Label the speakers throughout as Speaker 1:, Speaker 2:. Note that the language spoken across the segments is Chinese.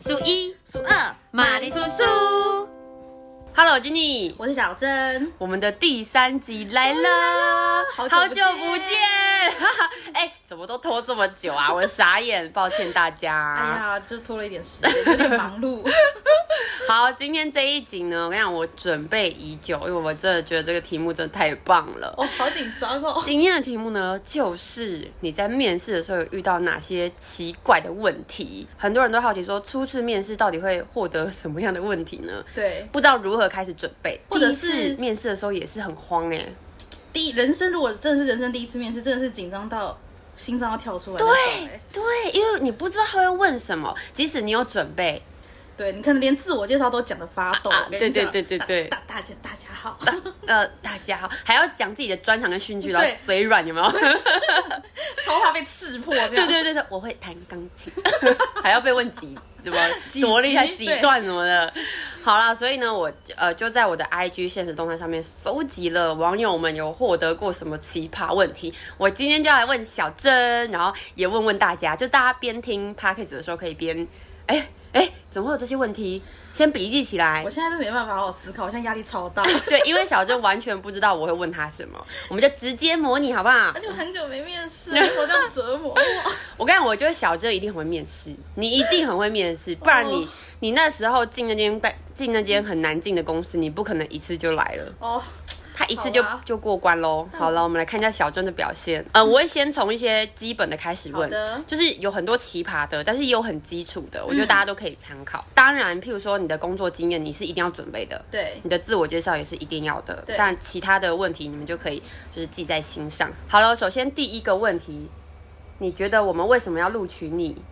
Speaker 1: 数一，
Speaker 2: 数二，
Speaker 1: 玛丽叔叔。Hello，君妮，
Speaker 2: 我是小珍。
Speaker 1: 我们的第三集来了，
Speaker 2: 好久不见
Speaker 1: 好久不见。 哎、怎么都拖这么久啊？我傻眼， 抱歉大家。
Speaker 2: 哎呀，就拖了一点时间，有点 忙碌。
Speaker 1: 好，今天这一集呢，我跟你讲，我准备已久，因为我真的觉得这个题目真的太棒了。
Speaker 2: 我好紧张哦。
Speaker 1: 今天的题目呢，就是你在面试的时候有遇到哪些奇怪的问题？很多人都好奇说，初次面试到底会获得什么样的问题呢？
Speaker 2: 对，
Speaker 1: 不知道如何开始准备，
Speaker 2: 或者
Speaker 1: 第一次
Speaker 2: 是
Speaker 1: 面试的时候也是很慌哎、
Speaker 2: 第一人生如果真的是人生第一次面试，真的是紧张到心脏要跳出来那种哎。
Speaker 1: 对，因为你不知道他会问什么，即使你有准备，
Speaker 2: 对，你可能连自我介绍都讲得发抖。
Speaker 1: 啊
Speaker 2: 我跟你讲
Speaker 1: 对对对对对
Speaker 2: 大大大家大家 好。
Speaker 1: 呃，大家好，还要讲自己的专长跟兴 趣，然后
Speaker 2: 对
Speaker 1: 嘴软有没有？
Speaker 2: 超怕被刺破。
Speaker 1: 对，对对对，我会弹钢琴， 还要被问几怎么
Speaker 2: 几
Speaker 1: 多厉害
Speaker 2: 集
Speaker 1: 几
Speaker 2: 对
Speaker 1: 段什么的。好啦，所以呢，我呃就在我的 IG 现实动态上面搜集了网友们有获得过什么奇葩问题，我今天就要来问小珍，然后也问问大家，就大家边听 p a c k a g e 的时候可以边，哎哎，怎么会有这些问题？先笔记起来
Speaker 2: 我。现在都没办法好好思考，我现在压力超 大，
Speaker 1: 对，因为小珍完全不知道我会问她什么，我们就直接模拟好不好
Speaker 2: 而？且我很久没面试，我这样折磨我。
Speaker 1: 我跟你讲，我觉得小珍一定很会面试，你一定很会面试，不然你、
Speaker 2: 哦
Speaker 1: 你那时候进那间办进那间很难进的公司，你不可能一次就来了，
Speaker 2: 哦，
Speaker 1: 他一次就、
Speaker 2: 好啊
Speaker 1: 就过关喽。好了，我们来看一下小珍的表现。呃，我会先从一些基本的开始
Speaker 2: 好
Speaker 1: 问
Speaker 2: 的，嗯
Speaker 1: 就是有很多奇葩的，但是也有很基础的，我觉得大家都可以参考。当然，譬如说你的工作经验，你是一定要准备的。
Speaker 2: 对，
Speaker 1: 你的自我介绍也是一定要的，
Speaker 2: 对
Speaker 1: 但其他的问题你们就可以就是记在心上。好了，首先第一个问题，你觉得我们为什么要录取你？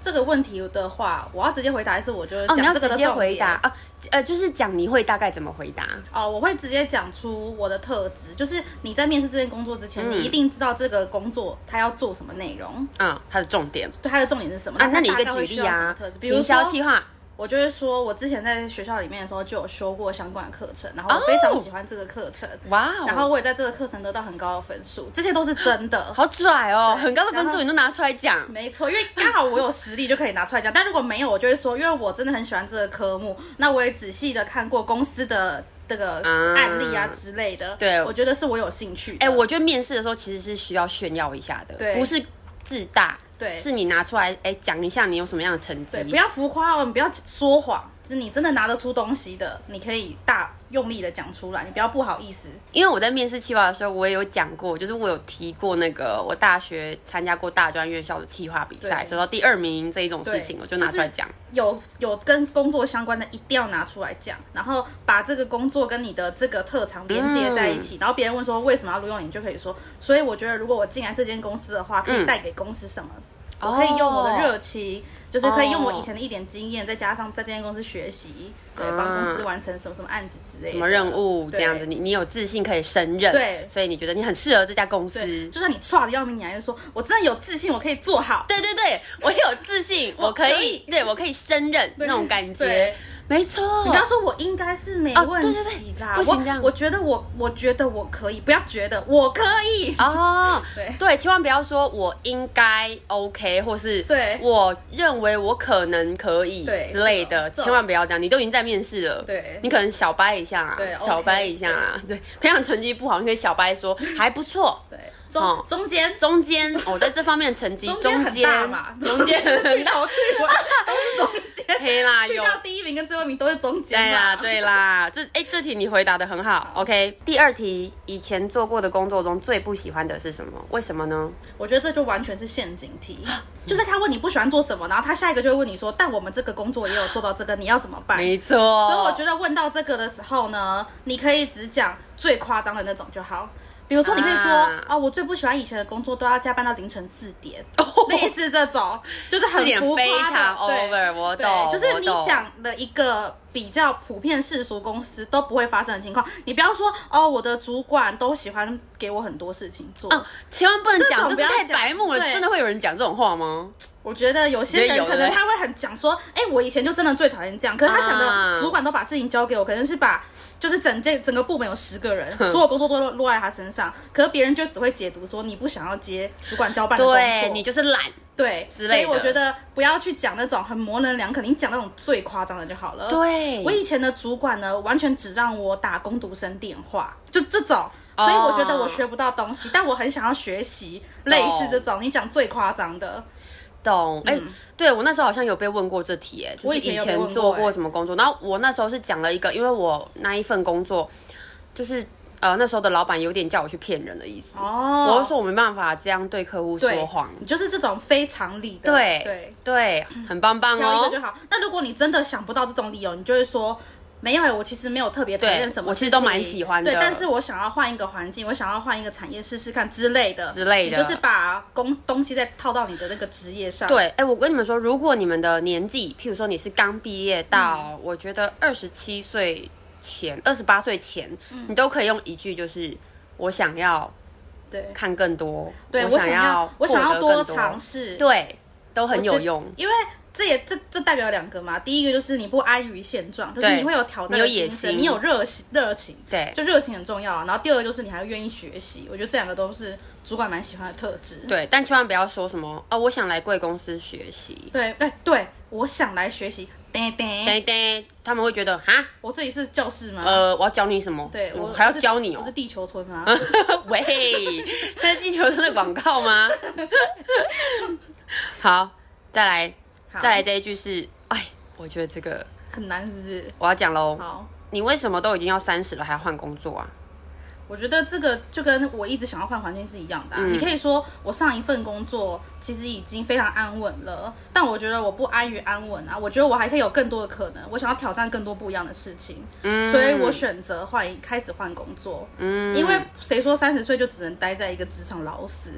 Speaker 2: 这个问题的话，我要直接回答，还是我就
Speaker 1: 哦，你
Speaker 2: 讲
Speaker 1: 要
Speaker 2: 这个
Speaker 1: 直
Speaker 2: 的
Speaker 1: 接
Speaker 2: 重
Speaker 1: 回
Speaker 2: 点
Speaker 1: 答啊，呃，就是讲你会大概怎么回答。
Speaker 2: 哦，我会直接讲出我的特质，就是你在面试这份工作之前，
Speaker 1: 嗯
Speaker 2: 你一定知道这个工作它要做什么内容，
Speaker 1: 嗯，它的重点
Speaker 2: 对它的重点是什么。
Speaker 1: 啊，
Speaker 2: 它
Speaker 1: 那你一个
Speaker 2: 哦大概
Speaker 1: 举
Speaker 2: 会需
Speaker 1: 例
Speaker 2: 要什么
Speaker 1: 啊
Speaker 2: 特质，比如
Speaker 1: 行销
Speaker 2: 说，
Speaker 1: 企划，
Speaker 2: 我就会说，我之前在学校里面的时候就有修过相关的课程，然后
Speaker 1: 哦
Speaker 2: 我非常喜欢这个课程，
Speaker 1: 哇哦，
Speaker 2: 然后我也在这个课程得到很高的分数，这些都是真 的。
Speaker 1: 好拽哦，
Speaker 2: 对
Speaker 1: 很高的分
Speaker 2: 然
Speaker 1: 数
Speaker 2: 后嗯
Speaker 1: 你都拿出来讲，
Speaker 2: 没错，因为刚好我有实力就可以拿出来讲，但如果没有，我就会说，因为我真的很喜欢这个科目，那我也仔细的看过公司的这个
Speaker 1: 啊
Speaker 2: 案例啊之类的，
Speaker 1: 对
Speaker 2: 我觉得是我有兴趣的。
Speaker 1: 哎、我觉得面试的时候其实是需要炫耀一下的，
Speaker 2: 对
Speaker 1: 不是自大，
Speaker 2: 对
Speaker 1: 是你拿出来哎讲、一下你有什么样的成绩
Speaker 2: 对，，不要浮夸哦，你不要说谎，就是你真的拿得出东西的，你可以大用力的讲出来，你不要不好意思。
Speaker 1: 因为我在面试企划的时候，我也有讲过，就是我有提过那个我大学参加过大专院校的企划比赛，
Speaker 2: 对
Speaker 1: 得到第二名这一种事情，
Speaker 2: 对
Speaker 1: 我就拿出来讲。
Speaker 2: 有有跟工作相关的，一定要拿出来讲，然后把这个工作跟你的这个特长连接在一起。
Speaker 1: 嗯
Speaker 2: 然后别人问说为什么要录用你，你就可以说，所以我觉得如果我进来这间公司的
Speaker 1: 嗯
Speaker 2: 话，可以带给公司什么？我可以用我的热情，就是可以用我以前的一点经验，再加上在这间公司学习，对，帮公司完成什么什么案子之类
Speaker 1: 哦什
Speaker 2: 的，
Speaker 1: 么任务这样子，
Speaker 2: 对
Speaker 1: 你你有自信可以胜任，
Speaker 2: 对
Speaker 1: 所以你觉得你很适合这家公司。
Speaker 2: 对，就算你差的要命，你还是说我真的有自信，我可以做好。
Speaker 1: 对对对，我有自 信，我可
Speaker 2: 可
Speaker 1: 以
Speaker 2: 以，
Speaker 1: 对我可以胜任那
Speaker 2: 对
Speaker 1: 种感觉
Speaker 2: 对，
Speaker 1: 没错。
Speaker 2: 你不要说我应该是没问
Speaker 1: 哦对
Speaker 2: 题啦，
Speaker 1: 对对不行这样
Speaker 2: 我我觉得我我觉得我可以，不要觉得我可以。
Speaker 1: 哦，
Speaker 2: 对
Speaker 1: 对，千万不要说我应该 OK，或是
Speaker 2: 对
Speaker 1: 我认为我可能可以
Speaker 2: 对
Speaker 1: 之类的，
Speaker 2: 这种
Speaker 1: 千万不要这样。你都已经在面试了，
Speaker 2: 对
Speaker 1: 你可能小掰一下啊
Speaker 2: 对，
Speaker 1: 小
Speaker 2: OK，
Speaker 1: 掰一下啊， 对，培养成绩不好，你可以小掰 说还不错。
Speaker 2: 对，中、
Speaker 1: 哦
Speaker 2: 中间
Speaker 1: 中 间，我、在这方面的成绩，
Speaker 2: 中间
Speaker 1: 中
Speaker 2: 很
Speaker 1: 间
Speaker 2: 大嘛，，
Speaker 1: 中 间
Speaker 2: 去头去尾都是中间，
Speaker 1: 黑啦，
Speaker 2: 去
Speaker 1: 有
Speaker 2: 到第一名跟最后一名都是中间
Speaker 1: 对啦，
Speaker 2: 嘛。
Speaker 1: 对啦，这哎、这题你回答的很好，OK。第二题，以前做过的工作中最不喜欢的是什么？为什么呢？
Speaker 2: 我觉得这就完全是陷阱题，就是他问你不喜欢做什么，然后他下一个就会问你说，但我们这个工作也有做到这个，你要怎么办？
Speaker 1: 没错，
Speaker 2: 哎所以我觉得问到这个的时候呢，你可以只讲最夸张的那种就好。比如说，你可以说
Speaker 1: 啊
Speaker 2: 啊、我最不喜欢以前的工作都要加班到凌晨四 点，类似这种，就是很
Speaker 1: 这哦点
Speaker 2: 浮夸
Speaker 1: 非
Speaker 2: 的
Speaker 1: 常
Speaker 2: 对
Speaker 1: over，我
Speaker 2: 对
Speaker 1: 懂，
Speaker 2: 就是
Speaker 1: 我
Speaker 2: 你
Speaker 1: 懂
Speaker 2: 讲的一个比较普遍世俗公司都不会发生的情况，你不要说哦，我的主管都喜欢给我很多事情做，
Speaker 1: 啊，千万不能
Speaker 2: 这
Speaker 1: 讲，
Speaker 2: 种
Speaker 1: 这
Speaker 2: 不要
Speaker 1: 是太
Speaker 2: 讲
Speaker 1: 白目了。
Speaker 2: 对
Speaker 1: 真的会有人讲这种话吗？
Speaker 2: 我觉得有些
Speaker 1: 你觉得有
Speaker 2: 人可
Speaker 1: 对
Speaker 2: 能
Speaker 1: 不对
Speaker 2: 他会很讲说，哎、我以前就真的最讨厌这样。可是他讲
Speaker 1: 啊
Speaker 2: 的主管都把事情交给我，可能是把就是整这整个部门有十个人，所有工作都落落在他身上。可是别人就只会解读说你不想要接主管交办的工
Speaker 1: 对
Speaker 2: 作，
Speaker 1: 你就是懒，
Speaker 2: 对
Speaker 1: 之类的
Speaker 2: 所以我觉得不要去讲那种很模棱两可，你讲那种最夸张的就好了。
Speaker 1: 对
Speaker 2: 我以前的主管呢，完全只让我打工读生电话，就这种。
Speaker 1: 哦
Speaker 2: 所以我觉得我学不到东西但我很想要学习类似这种。你讲最夸张的，
Speaker 1: 懂，哎、对我那时候好像有被问过这题、哎，就
Speaker 2: 嗯我
Speaker 1: 是
Speaker 2: 以
Speaker 1: 以
Speaker 2: 前有被问
Speaker 1: 前
Speaker 2: 过
Speaker 1: 做过
Speaker 2: 哎
Speaker 1: 什么工作，然后我那时候是讲了一个，因为我那一份工作就是呃那时候的老板有点叫我去骗人的意思，
Speaker 2: 哦，
Speaker 1: 我就说我没办法这样对客户说
Speaker 2: 对
Speaker 1: 谎，
Speaker 2: 你就是这种非常理的，
Speaker 1: 对
Speaker 2: 对，
Speaker 1: 对，很棒棒
Speaker 2: 挑一
Speaker 1: 哦
Speaker 2: 个，就好。那如果你真的想不到这种理由，你就会说。没有、啊我其实没有特别讨厌
Speaker 1: 对
Speaker 2: 什么
Speaker 1: 我
Speaker 2: 事
Speaker 1: 其
Speaker 2: 情，
Speaker 1: 实都蛮喜欢的
Speaker 2: 对，但是我想要换一个环境，我想要换一个产业试试看之类的
Speaker 1: 之类的
Speaker 2: 你就是把工东西再套到你的那个职业上。
Speaker 1: 对，哎、我跟你们说，如果你们的年纪，譬如说你是刚毕业到，
Speaker 2: 嗯
Speaker 1: 我觉得二十七岁前、二十八岁前，
Speaker 2: 嗯
Speaker 1: 你都可以用一句就是“我想要
Speaker 2: 对
Speaker 1: 看更多”，
Speaker 2: 对，我
Speaker 1: 我
Speaker 2: 想
Speaker 1: 要
Speaker 2: 要，我想
Speaker 1: 获
Speaker 2: 要
Speaker 1: 得
Speaker 2: 多
Speaker 1: 更
Speaker 2: 尝试，
Speaker 1: 对，都很有用。
Speaker 2: 因为这也这这代表两个嘛，第一个就是你不安于现状，就是
Speaker 1: 对
Speaker 2: 你会有挑战
Speaker 1: 你有
Speaker 2: 的
Speaker 1: 野
Speaker 2: 精神，
Speaker 1: 心
Speaker 2: 你有热情热情，
Speaker 1: 对
Speaker 2: 就热情很重要啊。然后第二个就是你还愿意学习，我觉得这两个都是主管蛮喜欢的特质。
Speaker 1: 对，但千万不要说什么哦，我想来贵公司学习。
Speaker 2: 对，哎对，我想来学习，叮叮，
Speaker 1: 对对，他们会觉得哈，
Speaker 2: 我这里是教室吗？
Speaker 1: 呃，我要教你什么？
Speaker 2: 嗯对，
Speaker 1: 我
Speaker 2: 我
Speaker 1: 还要
Speaker 2: 是
Speaker 1: 教你
Speaker 2: 我是
Speaker 1: 哦。
Speaker 2: 地球村吗？
Speaker 1: 喂，这是地球村的广告吗？ 好，再来，
Speaker 2: 好
Speaker 1: 再来这一句是，哎，我觉得这个
Speaker 2: 很难，是不是？
Speaker 1: 我要讲喽。
Speaker 2: 好，
Speaker 1: 你为什么都已经要三十了还要换工作啊？
Speaker 2: 我觉得这个就跟我一直想要换环境是一样的、
Speaker 1: 嗯
Speaker 2: 啊。你可以说我上一份工作其实已经非常安稳了，但我觉得我不安于安稳啊，我觉得我还可以有更多的可能，我想要挑战更多不一样的事情，
Speaker 1: 嗯
Speaker 2: 所以我选择换一开始换工作。嗯，因为谁说三十岁就只能待在一个职场老死？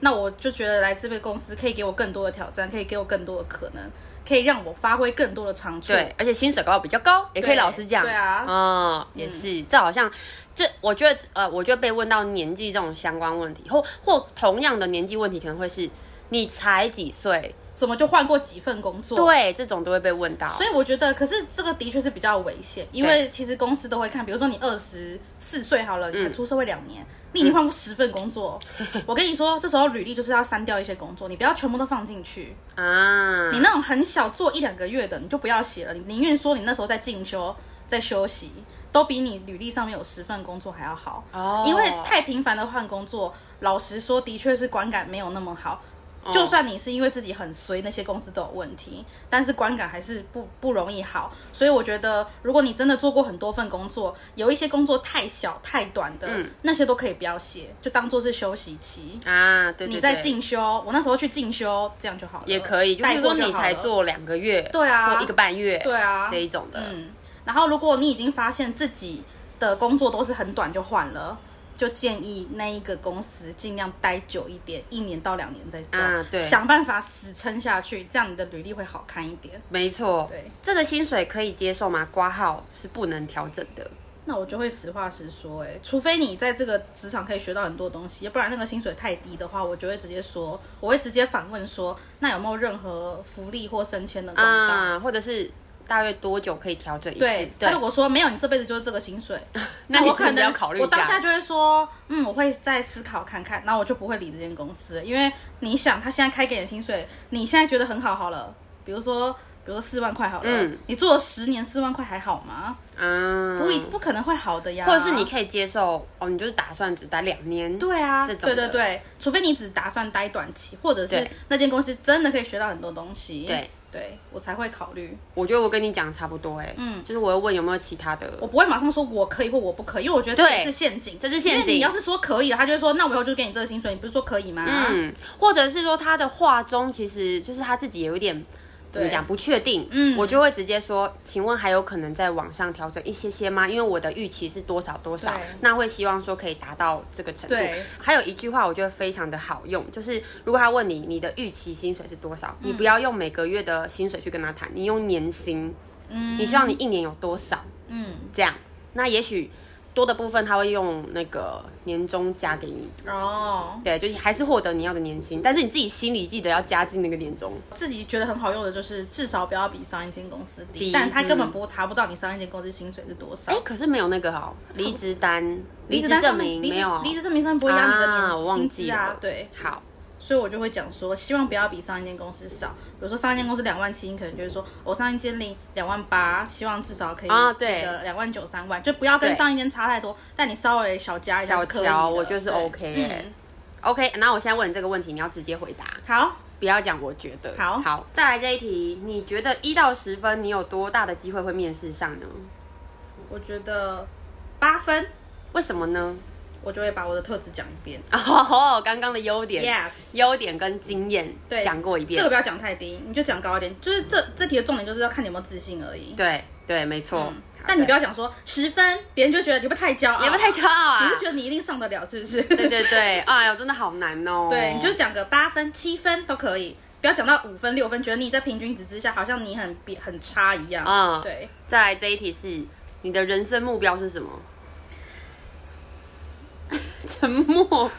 Speaker 2: 那我就觉得来这个公司可以给我更多的挑战，可以给我更多的可能，可以让我发挥更多的长处。
Speaker 1: 对，而且薪水高比较高，也可以
Speaker 2: 对
Speaker 1: 老实讲。
Speaker 2: 对啊
Speaker 1: 嗯，也是。这好像这，我觉得呃，我觉得被问到年纪这种相关问题，或或同样的年纪问题，可能会是你才几岁，
Speaker 2: 怎么就换过几份工作？
Speaker 1: 对，啊这种都会被问到。
Speaker 2: 所以我觉得，可是这个的确是比较危险，因为其实公司都会看，比如说你二十四岁好了，你才出社会两年，你已经换过十份工作。我跟你说，这时候履历就是要删掉一些工作，你不要全部都放进去。
Speaker 1: 啊，
Speaker 2: 你那种很小做一两个月的，你就不要写了，你宁愿说你那时候在进修，在休息，都比你履历上面有十份工作还要好。
Speaker 1: 哦
Speaker 2: 因为太频繁的换工作，老实说，的确是观感没有那么好。
Speaker 1: 哦
Speaker 2: 就算你是因为自己很衰，那些公司都有问题，但是观感还是不不容易好。所以我觉得，如果你真的做过很多份工作，有一些工作太小太短的，
Speaker 1: 嗯
Speaker 2: 那些都可以不要写，就当做是休息期。
Speaker 1: 啊，对对对，
Speaker 2: 你在进修，我那时候去进修，这样就好了，
Speaker 1: 也可以，就
Speaker 2: 带
Speaker 1: 是
Speaker 2: 过
Speaker 1: 说你
Speaker 2: 好
Speaker 1: 才
Speaker 2: 了
Speaker 1: 做两个月，
Speaker 2: 对啊
Speaker 1: 或一个半月，
Speaker 2: 对啊
Speaker 1: 这，一种的，
Speaker 2: 嗯。然后，如果你已经发现自己的工作都是很短就换了，就建议那一个公司尽量待久一点，一年到两年再走，
Speaker 1: 啊对
Speaker 2: 想办法死撑下去，这样你的履历会好看一点。
Speaker 1: 没错。
Speaker 2: 对，
Speaker 1: 这个薪水可以接受吗？挂号是不能调整的。
Speaker 2: 那我就会实话实说、欸，哎，除非你在这个职场可以学到很多东西，不然那个薪水太低的话，我就会直接说，我会直接反问说，那有没有任何福利或升迁的管道？
Speaker 1: 啊，或者是大约多久可以调整一次？
Speaker 2: 对，他如果说没有，你这辈子就是这个薪水，
Speaker 1: 那你
Speaker 2: 我可
Speaker 1: 真的要
Speaker 2: 能
Speaker 1: 考虑一
Speaker 2: 我当
Speaker 1: 下
Speaker 2: 下就会说，嗯，我会再思考看看，然后我就不会理这间公司了，因为你想，他现在开给你的薪水，你现在觉得很好好了，比如说，比如说四万块好了，
Speaker 1: 嗯
Speaker 2: 你做了十年四万块还好吗？
Speaker 1: 啊，
Speaker 2: 不一不可能会好的呀，
Speaker 1: 或者是你。可以接受哦，你就是打算只待两年。
Speaker 2: 对啊，
Speaker 1: 这种的
Speaker 2: 对对对，除非你只打算待短期，或者是
Speaker 1: 对
Speaker 2: 那间公司真的可以学到很多东西，
Speaker 1: 对，
Speaker 2: 对我才会考虑。
Speaker 1: 我觉得我跟你讲差不多哎，嗯，就是我要问有没有其他的
Speaker 2: 我不会马上说我可以或我不可以，因为我觉得
Speaker 1: 对
Speaker 2: 这是陷阱，
Speaker 1: 这是陷阱
Speaker 2: 因为你要是说可以了，他就会说那我以后就给你这个薪水，你不是说可以吗？
Speaker 1: 嗯，或者是说他的话中其实就是他自己有一点怎么讲不确定，嗯，我就会直接说，请问还有可能在往上调整一些些吗？因为我的预期是多少多少
Speaker 2: 对，
Speaker 1: 那会希望说可以达到这个程度
Speaker 2: 对。
Speaker 1: 还有一句话我觉得非常的好用，就是如果他问你你的预期薪水是多少，
Speaker 2: 嗯
Speaker 1: 你不要用每个月的薪水去跟他谈，你用年薪，嗯，你希望你一年有多少，嗯，这样，那也许。多的部分他会用那个年终加给你，
Speaker 2: 哦，
Speaker 1: 对，就是还是获得你要的年薪，但是你自己心里记得要加进那个年终。
Speaker 2: 自己觉得很好用的就是至少不要比上一间公司
Speaker 1: 低
Speaker 2: 低，但他根本
Speaker 1: 嗯
Speaker 2: 不查不到你上一间公司薪水是多少
Speaker 1: 哎、。可是没有那个好离职单、离职
Speaker 2: 离职
Speaker 1: 证
Speaker 2: 证
Speaker 1: 明
Speaker 2: 明
Speaker 1: 没有
Speaker 2: 离职证明上面不会压你
Speaker 1: 啊
Speaker 2: 的
Speaker 1: 我
Speaker 2: 年
Speaker 1: 忘
Speaker 2: 薪
Speaker 1: 记
Speaker 2: 资
Speaker 1: 了
Speaker 2: 啊，对，
Speaker 1: 好，
Speaker 2: 所以我就会讲说，希望不要比上一间公司少。比如说上一间公司两万七，你可能就会说，哦我上一间领两万八，希望至少可以
Speaker 1: 啊对
Speaker 2: 两万九三万，就不要跟
Speaker 1: 对
Speaker 2: 上一间差太多，但你稍微小加一下
Speaker 1: 小
Speaker 2: 是可以
Speaker 1: 调
Speaker 2: 的
Speaker 1: 我觉得是
Speaker 2: 对
Speaker 1: OK 耶
Speaker 2: 嗯
Speaker 1: OK，那我现在问你这个问题，你要直接回答，
Speaker 2: 好，
Speaker 1: 不要讲我觉得。
Speaker 2: 好
Speaker 1: 好，再来这一题，你觉得一到十分，你有多大的机会会面试上呢？
Speaker 2: 我觉得八分，
Speaker 1: 为什么呢？
Speaker 2: 我就会把我的特质讲一遍。
Speaker 1: 哦，刚刚的优点、
Speaker 2: Yes，
Speaker 1: 优点跟经验
Speaker 2: 对
Speaker 1: 讲过一遍
Speaker 2: 这个。不要讲太低，你就讲高一点。就是这这题的重点就是要看你有没有自信而已。
Speaker 1: 对哦对，没错。
Speaker 2: 嗯，但你不要讲说十分，别人就觉得你会不会太骄傲，
Speaker 1: 你要不要太骄傲啊
Speaker 2: 你是？觉得你一定上得了，是不是？
Speaker 1: 对对对，哎呦，真的好难哦。
Speaker 2: 对，你就讲个八分、七分都可以，不要讲到五分、六分，觉得你在平均值之下好像你很比很差一样。
Speaker 1: 嗯
Speaker 2: 对，
Speaker 1: 再来这一题是你的人生目标是什么？ 沉默，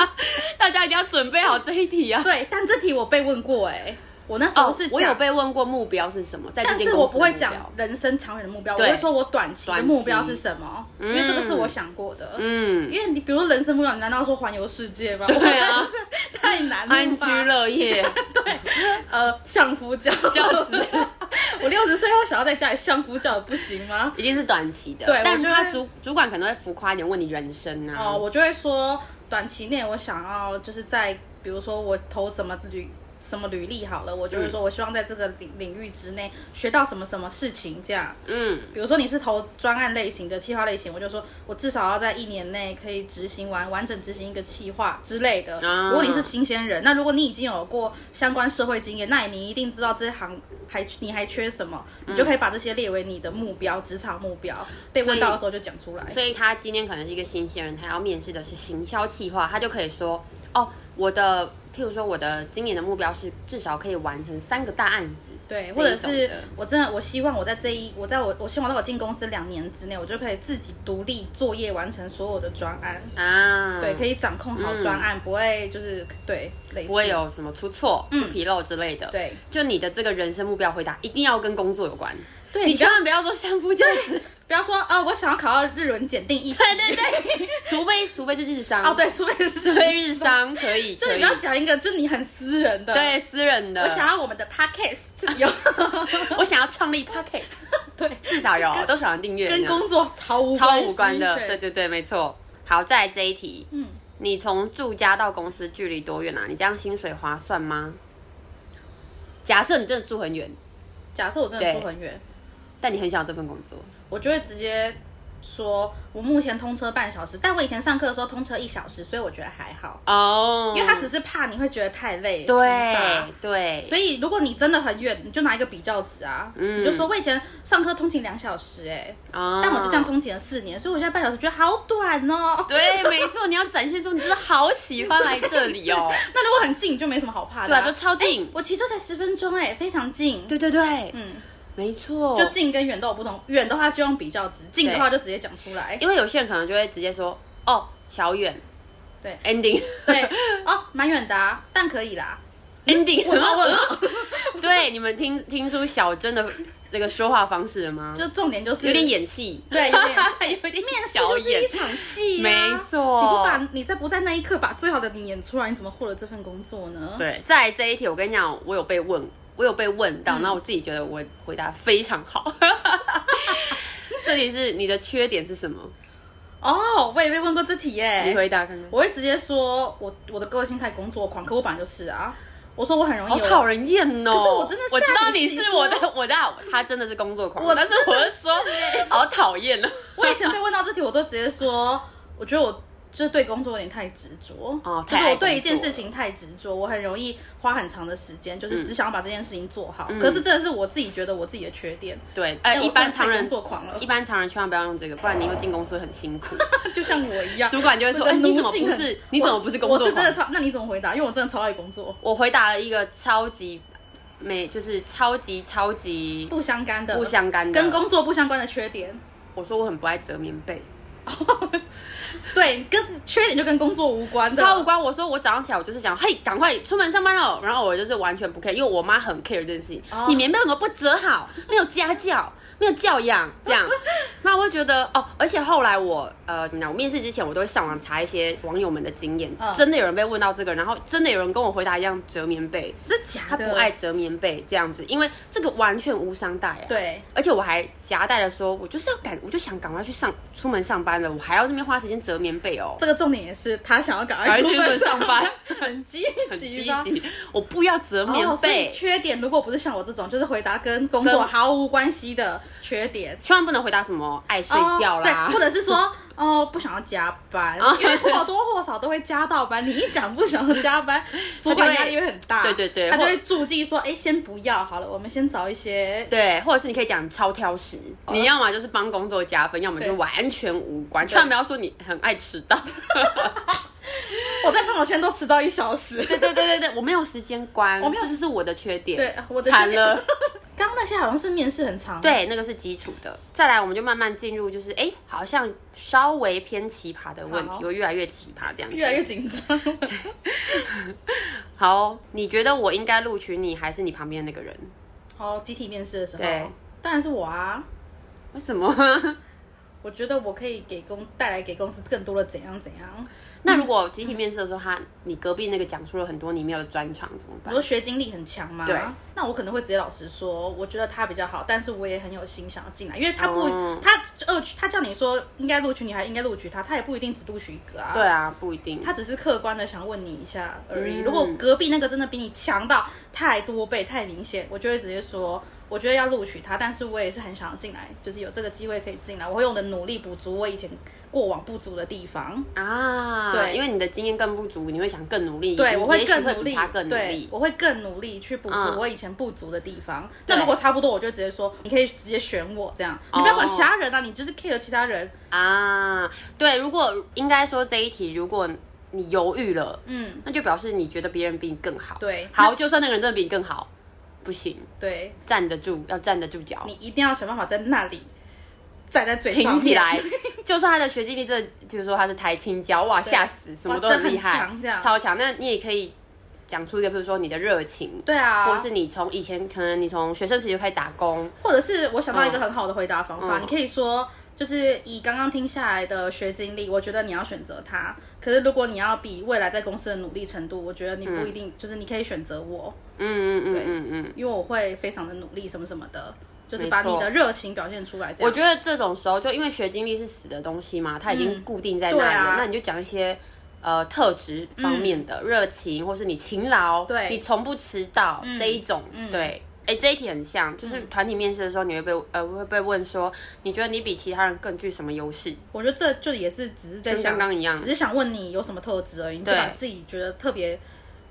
Speaker 1: 大家一定要准备好这一题 啊！
Speaker 2: 对，但这题我被问过哎、我那时候是
Speaker 1: 哦我有
Speaker 2: 讲，
Speaker 1: 被问过目标是什么，在这
Speaker 2: 但
Speaker 1: 间
Speaker 2: 是
Speaker 1: 公
Speaker 2: 我
Speaker 1: 司
Speaker 2: 不
Speaker 1: 的
Speaker 2: 会
Speaker 1: 目
Speaker 2: 讲
Speaker 1: 标。
Speaker 2: 人生长远的目标，我
Speaker 1: 对
Speaker 2: 会说我短期的
Speaker 1: 短
Speaker 2: 目
Speaker 1: 期
Speaker 2: 标是什么，因为这个是我想过的。
Speaker 1: 嗯，
Speaker 2: 因为你比如说人生目标，你难道说环游世界吗？
Speaker 1: 对啊，
Speaker 2: 这太难了吧。
Speaker 1: 安居乐业，
Speaker 2: 呃，相夫教
Speaker 1: 教子，
Speaker 2: 我六十岁后想要在家里相夫教，不行吗？
Speaker 1: 一定是短期的。
Speaker 2: 对
Speaker 1: 但
Speaker 2: 我觉得
Speaker 1: 他主主管可能会浮夸一点，问你人生啊。
Speaker 2: 哦，我就会说，短期内我想要就是在，比如说我投什么履什么履历好了，我就
Speaker 1: 嗯
Speaker 2: 会说我希望在这个领领域之内学到什么什么事情这样。
Speaker 1: 嗯，
Speaker 2: 比如说你是投专案类型的企划类型，我就说我至少要在一年内可以执行完完整执行一个企划之类的。
Speaker 1: 啊
Speaker 2: 如果你是新鲜人，那如果你已经有过相关社会经验，那你一定知道这行还你还缺什么，你就可以把这些列为你的目标，职场目标。被
Speaker 1: 所以
Speaker 2: 问到的时候就讲出来。
Speaker 1: 所以他今天可能是一个新鲜人，他要面试的是行销企划，他就可以说哦，我的譬如说我的今年的目标是至少可以完成三个大案子。
Speaker 2: 对，
Speaker 1: 这
Speaker 2: 或者
Speaker 1: 一种
Speaker 2: 是
Speaker 1: 的
Speaker 2: 我真的我希望我在这一我在我我希望在我进公司两年之内，我就可以自己独立作业完成所有的专案，
Speaker 1: 啊，
Speaker 2: 对，可以掌控好专案，不会就是对类似
Speaker 1: 不会有什么出错、出纰漏之类的。，
Speaker 2: 对
Speaker 1: 就你的这个人生目标回答一定要跟工作有关，
Speaker 2: 对
Speaker 1: 你
Speaker 2: 你不
Speaker 1: 千
Speaker 2: 要
Speaker 1: 万不要说相夫教子，
Speaker 2: 不要说啊、我想要考到日文检定一级，对对对，
Speaker 1: 除非除非是日商
Speaker 2: 哦对，除非
Speaker 1: 除
Speaker 2: 是
Speaker 1: 非日，商可 以，
Speaker 2: 就是
Speaker 1: 可
Speaker 2: 你
Speaker 1: 以
Speaker 2: 不要讲一个就是你很私人的，，
Speaker 1: 对私人的，
Speaker 2: 我想要我们 的 podcast 有
Speaker 1: 我想要创立 Pocket，
Speaker 2: 对
Speaker 1: 至少有多少人订阅，
Speaker 2: 跟
Speaker 1: 这样
Speaker 2: 工作超无
Speaker 1: 超
Speaker 2: 系
Speaker 1: 无关的，对
Speaker 2: 对，
Speaker 1: 对对，没错。好，再来这一题，
Speaker 2: 嗯，
Speaker 1: 你从住家到公司距离多远啊？你这样薪水划算吗？假设你真的住很远，
Speaker 2: 假设我真的住很远，
Speaker 1: 但你很想要这份工作，
Speaker 2: 我就会直接说，我目前通车半小时，但我以前上课的时候通车一小时，所以我觉得还好，
Speaker 1: 哦，
Speaker 2: 因为他只是怕你会觉得太累，疲
Speaker 1: 对
Speaker 2: 乏
Speaker 1: 对，
Speaker 2: 所以如果你真的很远，你就拿一个比较值啊，
Speaker 1: 嗯
Speaker 2: 你就说我以前上课通勤两小时、哎，
Speaker 1: 哦
Speaker 2: 但我就这样通勤了四年，所以我现在半小时觉得好短哦。
Speaker 1: 对，没错，你要展现出你真的好喜欢来这里 哦。
Speaker 2: 那如果很近就没什么好怕的、
Speaker 1: 对啊就超近
Speaker 2: 哎我骑车才十分钟、哎，非常近。
Speaker 1: 对对哦对，
Speaker 2: 嗯，
Speaker 1: 没错，
Speaker 2: 就近跟远都有不同，远的话就用比较值，近的话就直接讲出来。
Speaker 1: 因为有些人可能就会直接说哦，小远，
Speaker 2: 对
Speaker 1: ，ending，
Speaker 2: 对，哦，蛮远的、啊，但可以啦。
Speaker 1: ending，
Speaker 2: 问号问号，
Speaker 1: 对，你们听听出小珍的这个说话方式了吗？
Speaker 2: 就重点就
Speaker 1: 嗯
Speaker 2: 是
Speaker 1: 有点演戏，
Speaker 2: 对，有点。
Speaker 1: 有点
Speaker 2: 面试
Speaker 1: 小
Speaker 2: 就是一
Speaker 1: 演，
Speaker 2: 场戏、啊，
Speaker 1: 没错
Speaker 2: 你不把你在不在那一刻把最好的你演出来，你怎么获得这份工作呢？
Speaker 1: 对，再来这一题，我跟你讲，我有被问，我有被问
Speaker 2: 嗯
Speaker 1: 到，那、我自己觉得我回答非常好。 这里是你的缺点是什么？
Speaker 2: 哦，我也被问过这题
Speaker 1: 你
Speaker 2: 耶，
Speaker 1: 回答看看。
Speaker 2: 我会直接说我我的个性太工作狂，可我本来就是啊。我说我很容易
Speaker 1: 好
Speaker 2: 有啊
Speaker 1: 讨人厌哦！
Speaker 2: 可是我真的
Speaker 1: 我知道
Speaker 2: 吓
Speaker 1: 你
Speaker 2: 你自己
Speaker 1: 是
Speaker 2: 说
Speaker 1: 我的， 我的，他真的是工作狂，
Speaker 2: 我
Speaker 1: 但是我就说 好讨厌哦。
Speaker 2: 我以前被问到这题，我都直接说，我觉得我就是对工作有点太执着，
Speaker 1: 哦
Speaker 2: 就
Speaker 1: 太
Speaker 2: 是
Speaker 1: 爱
Speaker 2: 我对一件
Speaker 1: 工作
Speaker 2: 事情太执着，我很容易花很长的时间，就是
Speaker 1: 嗯
Speaker 2: 只想要把这件事情做好。可是真的是我自己觉得我自己的缺点，
Speaker 1: 对，
Speaker 2: 哎
Speaker 1: 呃，嗯
Speaker 2: 我
Speaker 1: 一
Speaker 2: 真
Speaker 1: 般
Speaker 2: 的太
Speaker 1: 常人
Speaker 2: 工作狂了
Speaker 1: 一，般常人千万不要用这个，不然你会进公司会很辛苦。
Speaker 2: 就像我一样。
Speaker 1: 主管就会说：“
Speaker 2: 我的
Speaker 1: 哎，你怎
Speaker 2: 奴
Speaker 1: 么
Speaker 2: 性
Speaker 1: 不
Speaker 2: 很
Speaker 1: 是？你怎么不是工
Speaker 2: 我
Speaker 1: 作
Speaker 2: 是真的
Speaker 1: 狂
Speaker 2: 超，那你怎么回答？因为我真的超爱工作，？”
Speaker 1: 我回答了一个超级没，就是超级超级
Speaker 2: 不相干的，
Speaker 1: 不相干的，
Speaker 2: 跟工作不相关的缺点。
Speaker 1: 我说我很不爱折棉被，
Speaker 2: 对，跟缺点就跟工作无关的，
Speaker 1: 超无关。我说我早上起来，我就是想，嘿，赶快出门上班了。然后我就是完全不 care，因为我妈很 care 这件事情。
Speaker 2: 哦
Speaker 1: 你棉被怎么不折好？没有家教， 没有教养，这样。 那我会觉得哦，而且后来我呃，怎么讲？我面试之前，我都会上网查一些网友们的经验，
Speaker 2: 嗯
Speaker 1: 真的有人被问到这个，然后真的有人跟我回答一样折棉被，
Speaker 2: 这假
Speaker 1: 他
Speaker 2: 的，
Speaker 1: 不爱折棉被这样子，因为这个完全无伤大雅。
Speaker 2: 对，
Speaker 1: 而且我还夹带的说，我就是要赶，我就想赶快去上出门上班了，我还要这边花时间折棉被哦。
Speaker 2: 这个重点也是他想要赶
Speaker 1: 赶
Speaker 2: 快
Speaker 1: 快
Speaker 2: 出
Speaker 1: 去
Speaker 2: 门
Speaker 1: 上班
Speaker 2: 很积
Speaker 1: 很积
Speaker 2: 极吧。哦
Speaker 1: 极，我不要折棉
Speaker 2: 哦所以
Speaker 1: 被，
Speaker 2: 缺点如果不是像我这种，就是回答跟工作
Speaker 1: 跟
Speaker 2: 毫无关系的缺点，
Speaker 1: 千万不能回答什么爱睡觉啦
Speaker 2: 哦对，，或者是 说哦不想要加班，
Speaker 1: 哦
Speaker 2: 因为或多或少都会加到班。你一讲不想要加 班，主管压力会很大，
Speaker 1: 对对对
Speaker 2: 他就
Speaker 1: 或
Speaker 2: 会注记说，哎，先不要好了，我们先找一些
Speaker 1: 对，或者是你可以讲超挑食，你要么就是帮工作加分，要么就
Speaker 2: 对
Speaker 1: 完全无关，千万不要说你很爱迟到。
Speaker 2: 我在朋友圈都迟到一小 时。
Speaker 1: 对对对对对，我没有时间观，
Speaker 2: 我没有
Speaker 1: 这 是我的缺点，
Speaker 2: 对，我的
Speaker 1: 惨
Speaker 2: 缺 点
Speaker 1: 了。
Speaker 2: 刚刚那些好像是面试很长，，
Speaker 1: 对，那个是基础的。再来，我们就慢慢进入，就是哎，好像稍微偏奇葩的问
Speaker 2: 好
Speaker 1: 题，会越来越奇葩这样子。
Speaker 2: 越来越紧张。
Speaker 1: 好哦、你觉得我应该录取你，还是你旁边那个人？
Speaker 2: 哦，集体面试的时候
Speaker 1: 对，
Speaker 2: 当然是我啊。
Speaker 1: 为什么？
Speaker 2: 我觉得我可以给公带来给公司更多的怎样怎样。
Speaker 1: 那如果集体面试的时候，他你隔壁那个讲出了很多你没有的专长，怎么
Speaker 2: 我
Speaker 1: 办？
Speaker 2: 说学经历很强吗？
Speaker 1: 对。
Speaker 2: 那我可能会直接老实说，我觉得他比较好，但是我也很有心想要进来，因为他不、
Speaker 1: 哦
Speaker 2: 他呃他叫你说应该录取你，还应该录取他，他也不一定只录取一个啊。
Speaker 1: 对啊，不一定。
Speaker 2: 他只是客观的想问你一下而已。
Speaker 1: 嗯
Speaker 2: 如果隔壁那个真的比你强到太多倍、太明显，我就会直接说，我觉得要录取他，但是我也是很想要进来，就是有这个机会可以进来，我会用我的努力补足我以前过往不足的地方。
Speaker 1: 啊，
Speaker 2: 对
Speaker 1: 因为你的经验更不足，你会想更努力，
Speaker 2: 对，
Speaker 1: 你
Speaker 2: 我会
Speaker 1: 也许
Speaker 2: 更
Speaker 1: 会
Speaker 2: 努
Speaker 1: 比
Speaker 2: 力
Speaker 1: 他，更努
Speaker 2: 对
Speaker 1: 力，。
Speaker 2: 我会更努力去补足
Speaker 1: 嗯
Speaker 2: 我以前不足的地方。
Speaker 1: 对哦
Speaker 2: 那如果差不多，我就直接说，你可以直接选我这样，你不要管其他人啊，你就是 care 其他人。
Speaker 1: 啊，对，如果应该说这一题，如果你犹豫了，
Speaker 2: 嗯，
Speaker 1: 那就表示你觉得别人比你更好。
Speaker 2: 对
Speaker 1: 好，就算那个人真的比你更好，不行，
Speaker 2: 对，
Speaker 1: 站得住，要站得住脚
Speaker 2: 你，一定要想办法在那里站在最上
Speaker 1: 挺起
Speaker 2: 面
Speaker 1: 来。就算他的学经历这，比如说他是台青教，哇，
Speaker 2: 对
Speaker 1: 吓死，什么
Speaker 2: 哇
Speaker 1: 都
Speaker 2: 这
Speaker 1: 很厉
Speaker 2: 很
Speaker 1: 害
Speaker 2: 强这，样
Speaker 1: 超强。那你也可以讲出一个，比如说你的热情，
Speaker 2: 对啊，
Speaker 1: 或者是你从以前可能你从学生时期就开始打工，
Speaker 2: 或者是我想到一个很好的回答方法，
Speaker 1: 嗯
Speaker 2: 你可以说，就是以刚刚听下来的学经历，我觉得你要选择他。可是如果你要比未来在公司的努力程度，我觉得你不一
Speaker 1: 嗯
Speaker 2: 定，就是你可以选择我，
Speaker 1: 嗯嗯嗯
Speaker 2: 对
Speaker 1: 嗯嗯。
Speaker 2: 因为我会非常的努力，什么什么的，就是把
Speaker 1: 没错
Speaker 2: 你的热情表现出来。这
Speaker 1: 我
Speaker 2: 样，
Speaker 1: 觉得这种时候，就因为学经历是死的东西嘛，它已经
Speaker 2: 嗯
Speaker 1: 固定在那里
Speaker 2: 对
Speaker 1: 了，
Speaker 2: 啊嗯
Speaker 1: 那你就讲一些呃特质方面的热、情，或是你勤劳，
Speaker 2: 对嗯
Speaker 1: 你从不迟到、这一种，对。哎、这一题很像，就是团体面试的时候，你会被呃会被问说，你觉得你比其他人更具什么优势？
Speaker 2: 我觉得这就也是只是在
Speaker 1: 跟
Speaker 2: 想
Speaker 1: 刚，刚一样
Speaker 2: 只，是想问你有什么特质而已，你就
Speaker 1: 对
Speaker 2: 把自己觉得特别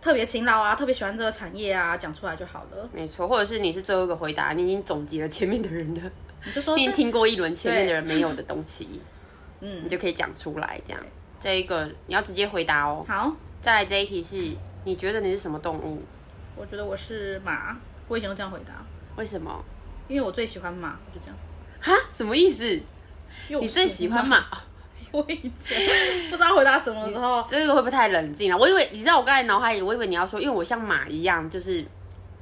Speaker 2: 特别勤劳啊，特别喜欢这个产业啊，讲出来就好了。
Speaker 1: 没错，或者是你是最后一个回答，你已经总结了前面的人的，
Speaker 2: 你就说
Speaker 1: 你已
Speaker 2: 是
Speaker 1: 经听过一轮前面的人没有的东西，
Speaker 2: 嗯
Speaker 1: 你就可以讲出来。这样，这一个你要直接回答哦。
Speaker 2: 好，
Speaker 1: 再来这一题是，你觉得你是什么动物？
Speaker 2: 我觉得我是马，我以前都这样回答。
Speaker 1: 为什么？
Speaker 2: 因为我最喜欢马，我就这样。
Speaker 1: 哈？什么意思？
Speaker 2: 因为
Speaker 1: 你
Speaker 2: 我
Speaker 1: 最喜欢
Speaker 2: 马？
Speaker 1: 马？
Speaker 2: 我以前不知道回答什么时 候，
Speaker 1: 哦这个会不会太冷静啊了？我以为你知道，我刚才脑海里，我以为你要说，因为我像马一样，就是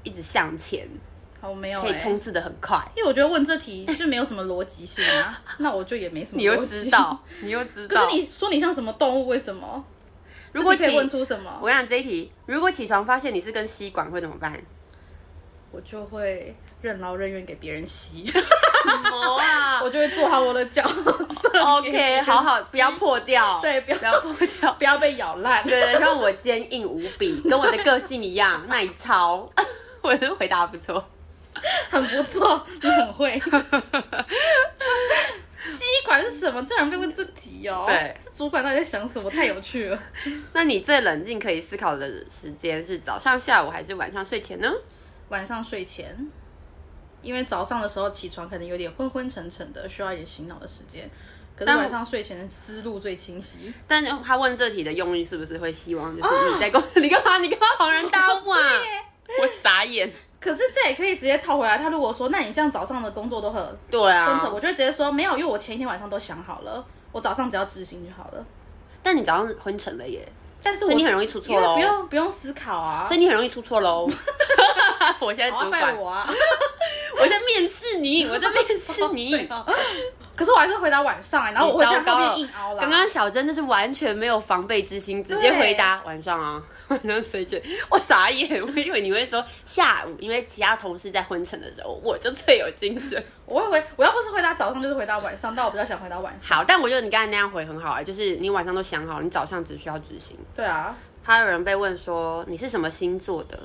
Speaker 1: 一直向前，
Speaker 2: 好我没有、
Speaker 1: 可以
Speaker 2: 欸。
Speaker 1: 冲刺的很快。
Speaker 2: 因为我觉得问这题就没有什么逻辑性 啊，那我就也没什么。
Speaker 1: 你又知道，，你又知
Speaker 2: 可
Speaker 1: 道。
Speaker 2: 是你说你像什么动物？为什么？
Speaker 1: 如果
Speaker 2: 这题
Speaker 1: 起
Speaker 2: 可以，问出什么，
Speaker 1: 我
Speaker 2: 我
Speaker 1: 跟你讲这一题，如果起床发现你是根吸管，会怎么办？
Speaker 2: 就会任劳任怨给别人吸，
Speaker 1: 哦啊
Speaker 2: 我就会做好我的角色。
Speaker 1: ，OK，好好，不要破掉，
Speaker 2: 对不要
Speaker 1: 不要破掉。
Speaker 2: 不要被咬 烂。
Speaker 1: 对对，像我坚硬无比，跟我的个性一样耐操。 我的回答不错。
Speaker 2: 很不错，你很会。 吸管是什么？竟然被问这题哦！
Speaker 1: 对
Speaker 2: 这主管到底在想什么？太有趣了。
Speaker 1: 那你最冷静可以思考的时间是早上、下午还是晚上睡前呢？
Speaker 2: 晚上睡前，因为早上的时候起床可能有点昏昏沉沉的，需要一点醒脑的时间。可是
Speaker 1: 但我
Speaker 2: 晚上睡前的思路最清晰。
Speaker 1: 但他问这题的用意是不是会希望
Speaker 2: 哦
Speaker 1: 就是你在公， 你干嘛？你干嘛恍然大悟啊？我傻眼。
Speaker 2: 可是这也可以直接套回来。他如果说，那你这样早上的工作都很
Speaker 1: 对
Speaker 2: 昏沉，
Speaker 1: 啊，
Speaker 2: 我就会直接说没有，因为我前一天晚上都想好了，我早上只要执行就好了。
Speaker 1: 但你早上昏沉了耶，
Speaker 2: 但是
Speaker 1: 所
Speaker 2: 我
Speaker 1: 以你很容易出错
Speaker 2: 因为
Speaker 1: 喽
Speaker 2: 不。用不用思考啊，
Speaker 1: 所以你很容易出错 喽。我现在
Speaker 2: 好
Speaker 1: 主
Speaker 2: 怪
Speaker 1: 管，
Speaker 2: 我啊。
Speaker 1: 我在面试 你，我在面试
Speaker 2: 对
Speaker 1: 你。
Speaker 2: 啊 可是我还是回答晚上、欸，然后我会在
Speaker 1: 你糟糕
Speaker 2: 后面
Speaker 1: 了
Speaker 2: 硬凹啦。
Speaker 1: 刚刚小珍就是完全没有防备之心，直接回答晚上啊， 晚上睡觉。我傻眼，我以为你会说下午，因为其他同事在昏沉的时候，我就最有精神。
Speaker 2: 我会回，我要不是回答早上，就是回答晚上，但我比较想回答晚上。
Speaker 1: 好，但我觉得你刚才那样回很好啊、就是你晚上都想好，你早上只需要执行。
Speaker 2: 对啊，
Speaker 1: 还有人被问说你是什么星座的？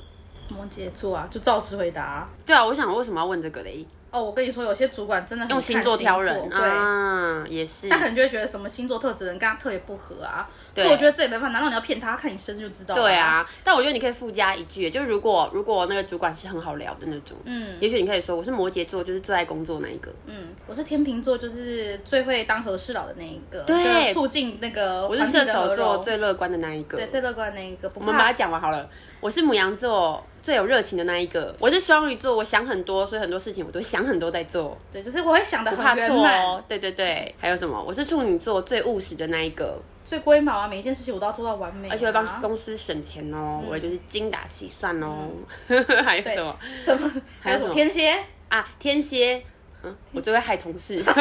Speaker 2: 摩羯座啊，就照实回答啊、
Speaker 1: 对啊，我想为什么要问这个嘞？
Speaker 2: 哦，我跟你说，有些主管真的很
Speaker 1: 用
Speaker 2: 看星
Speaker 1: 星座挑人
Speaker 2: 对。
Speaker 1: 啊，也是
Speaker 2: 他。可能就会觉得什么星座特质的人跟他特别不合啊，
Speaker 1: 对
Speaker 2: 可我觉得这也没办法，难道你要骗他？看你身就知道。
Speaker 1: 对，啊，但我觉得你可以附加一句，就是如果如果那个主管是很好聊的那种，嗯，也许你可以说我是摩羯座，就是最爱工作那一个。
Speaker 2: 嗯，我是天秤座，就是最会当和事佬的那一个，
Speaker 1: 对
Speaker 2: 就是促进那个
Speaker 1: 我
Speaker 2: 环
Speaker 1: 是
Speaker 2: 境
Speaker 1: 射
Speaker 2: 的和
Speaker 1: 手
Speaker 2: 柔
Speaker 1: 座最乐观的那一个。
Speaker 2: 对最乐观的那一个，不
Speaker 1: 我们把
Speaker 2: 怕
Speaker 1: 它讲完好了。我是母羊座最有热情的那一个。我是双鱼座，我想很多，所以很多事情我都想很多在做，
Speaker 2: 对，就是我会想的
Speaker 1: 不怕
Speaker 2: 很圆
Speaker 1: 错
Speaker 2: 满，
Speaker 1: 哦。对对对，还有什么？我是处女座最务实的那一个，
Speaker 2: 最龟毛啊，每一件事情我都要做到完美啊、
Speaker 1: 而且会帮公司省钱哦。
Speaker 2: 嗯
Speaker 1: 我也就是精打细算哦。 还有什么
Speaker 2: 什么
Speaker 1: 还
Speaker 2: 还有什
Speaker 1: 有什
Speaker 2: 么
Speaker 1: 么
Speaker 2: 天蝎，
Speaker 1: 啊？天蝎。嗯，我最会害同 事，我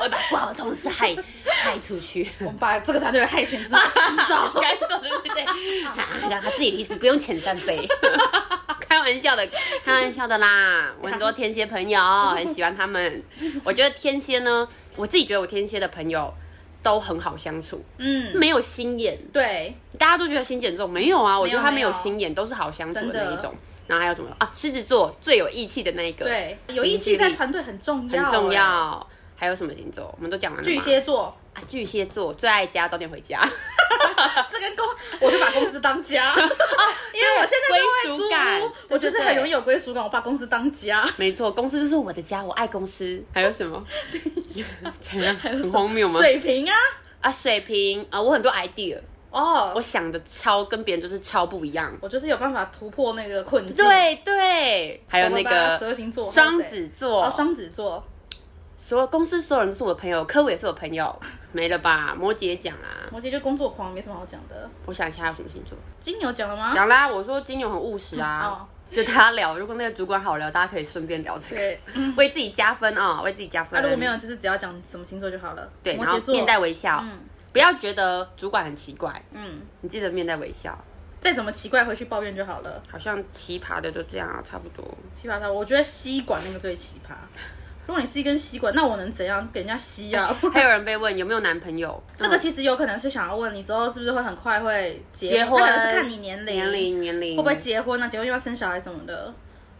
Speaker 1: 会把不好的同事害害出 去。
Speaker 2: 我们把这个团队的害 群之马
Speaker 1: 走，赶走，对对对，啊让他自己离职，不用遣散 费。开玩笑的，开玩笑的
Speaker 2: 哎
Speaker 1: 啦！我很多天蝎朋友很喜欢他们。我觉得天蝎呢，我自己觉得我天蝎的朋友都很好相处，
Speaker 2: 嗯，
Speaker 1: 没有心眼。
Speaker 2: 对，
Speaker 1: 大家都觉得心眼重，没有啊？我觉得他
Speaker 2: 没
Speaker 1: 没
Speaker 2: 有
Speaker 1: 有心眼，都是好相处
Speaker 2: 真的
Speaker 1: 的那一种。然后还有什么啊？狮子座最有义气的那一个，，
Speaker 2: 对，有义气在团队很重要，哎欸
Speaker 1: 很重。要。还有什么星座？我们都讲完了吗
Speaker 2: 巨蟹座，
Speaker 1: 啊，巨蟹座最爱家，早点回家。
Speaker 2: 这跟公，我就把公司当家，啊因为我现在在外
Speaker 1: 归属感
Speaker 2: 租屋，
Speaker 1: 对
Speaker 2: 我就是
Speaker 1: 对
Speaker 2: 很
Speaker 1: 对
Speaker 2: 容易有归属感，我把公司当家。
Speaker 1: 没错，公司就是我的家，我爱公司。还有什 么？怎样？
Speaker 2: 还有什
Speaker 1: 很
Speaker 2: 么
Speaker 1: 荒谬吗？
Speaker 2: 水瓶啊，
Speaker 1: 啊，水瓶啊、我很多 idea，
Speaker 2: 哦，
Speaker 1: 我想的超跟别人就是超不一样。
Speaker 2: 我就是有办法突破那个困境。，
Speaker 1: 对对，还有那
Speaker 2: 我们把
Speaker 1: 个
Speaker 2: 蛇形座、
Speaker 1: 双子座，
Speaker 2: 哦，双子座，
Speaker 1: 所有公司所有人都是我的朋友，科委也是我朋 友，没了吧？摩羯讲啊，
Speaker 2: 摩羯就工作狂，没什么好讲的。
Speaker 1: 我想一下还有什么星座？
Speaker 2: 金牛讲了吗？
Speaker 1: 讲啦，我说金牛很务实啊，
Speaker 2: 啊哦，
Speaker 1: 就大家聊，如果那个主管好聊，大家可以顺便聊这个，
Speaker 2: 对，
Speaker 1: 为自己加分啊、为自己加分。
Speaker 2: 那如果没有，就是只要讲什么星座就好了。
Speaker 1: 对，
Speaker 2: 摩
Speaker 1: 然后
Speaker 2: 羯座
Speaker 1: 面带微笑，
Speaker 2: 嗯
Speaker 1: 不要觉得主管很奇怪，
Speaker 2: 嗯，
Speaker 1: 你记得面带微笑，
Speaker 2: 再怎么奇怪回去抱怨就好了。
Speaker 1: 好像奇葩的都这样啊，差不多。
Speaker 2: 奇葩到我觉得吸管那个最奇葩。如果你是一根吸管，那我能怎样给人家吸啊？
Speaker 1: 还有人被问有没有男朋友，
Speaker 2: 这个其实有可能是想要问你之后是不是会很快会结
Speaker 1: 结婚
Speaker 2: 他可能是看你 年龄，
Speaker 1: 年龄年龄
Speaker 2: 会不会？结婚啊？结婚又要生小孩什么的。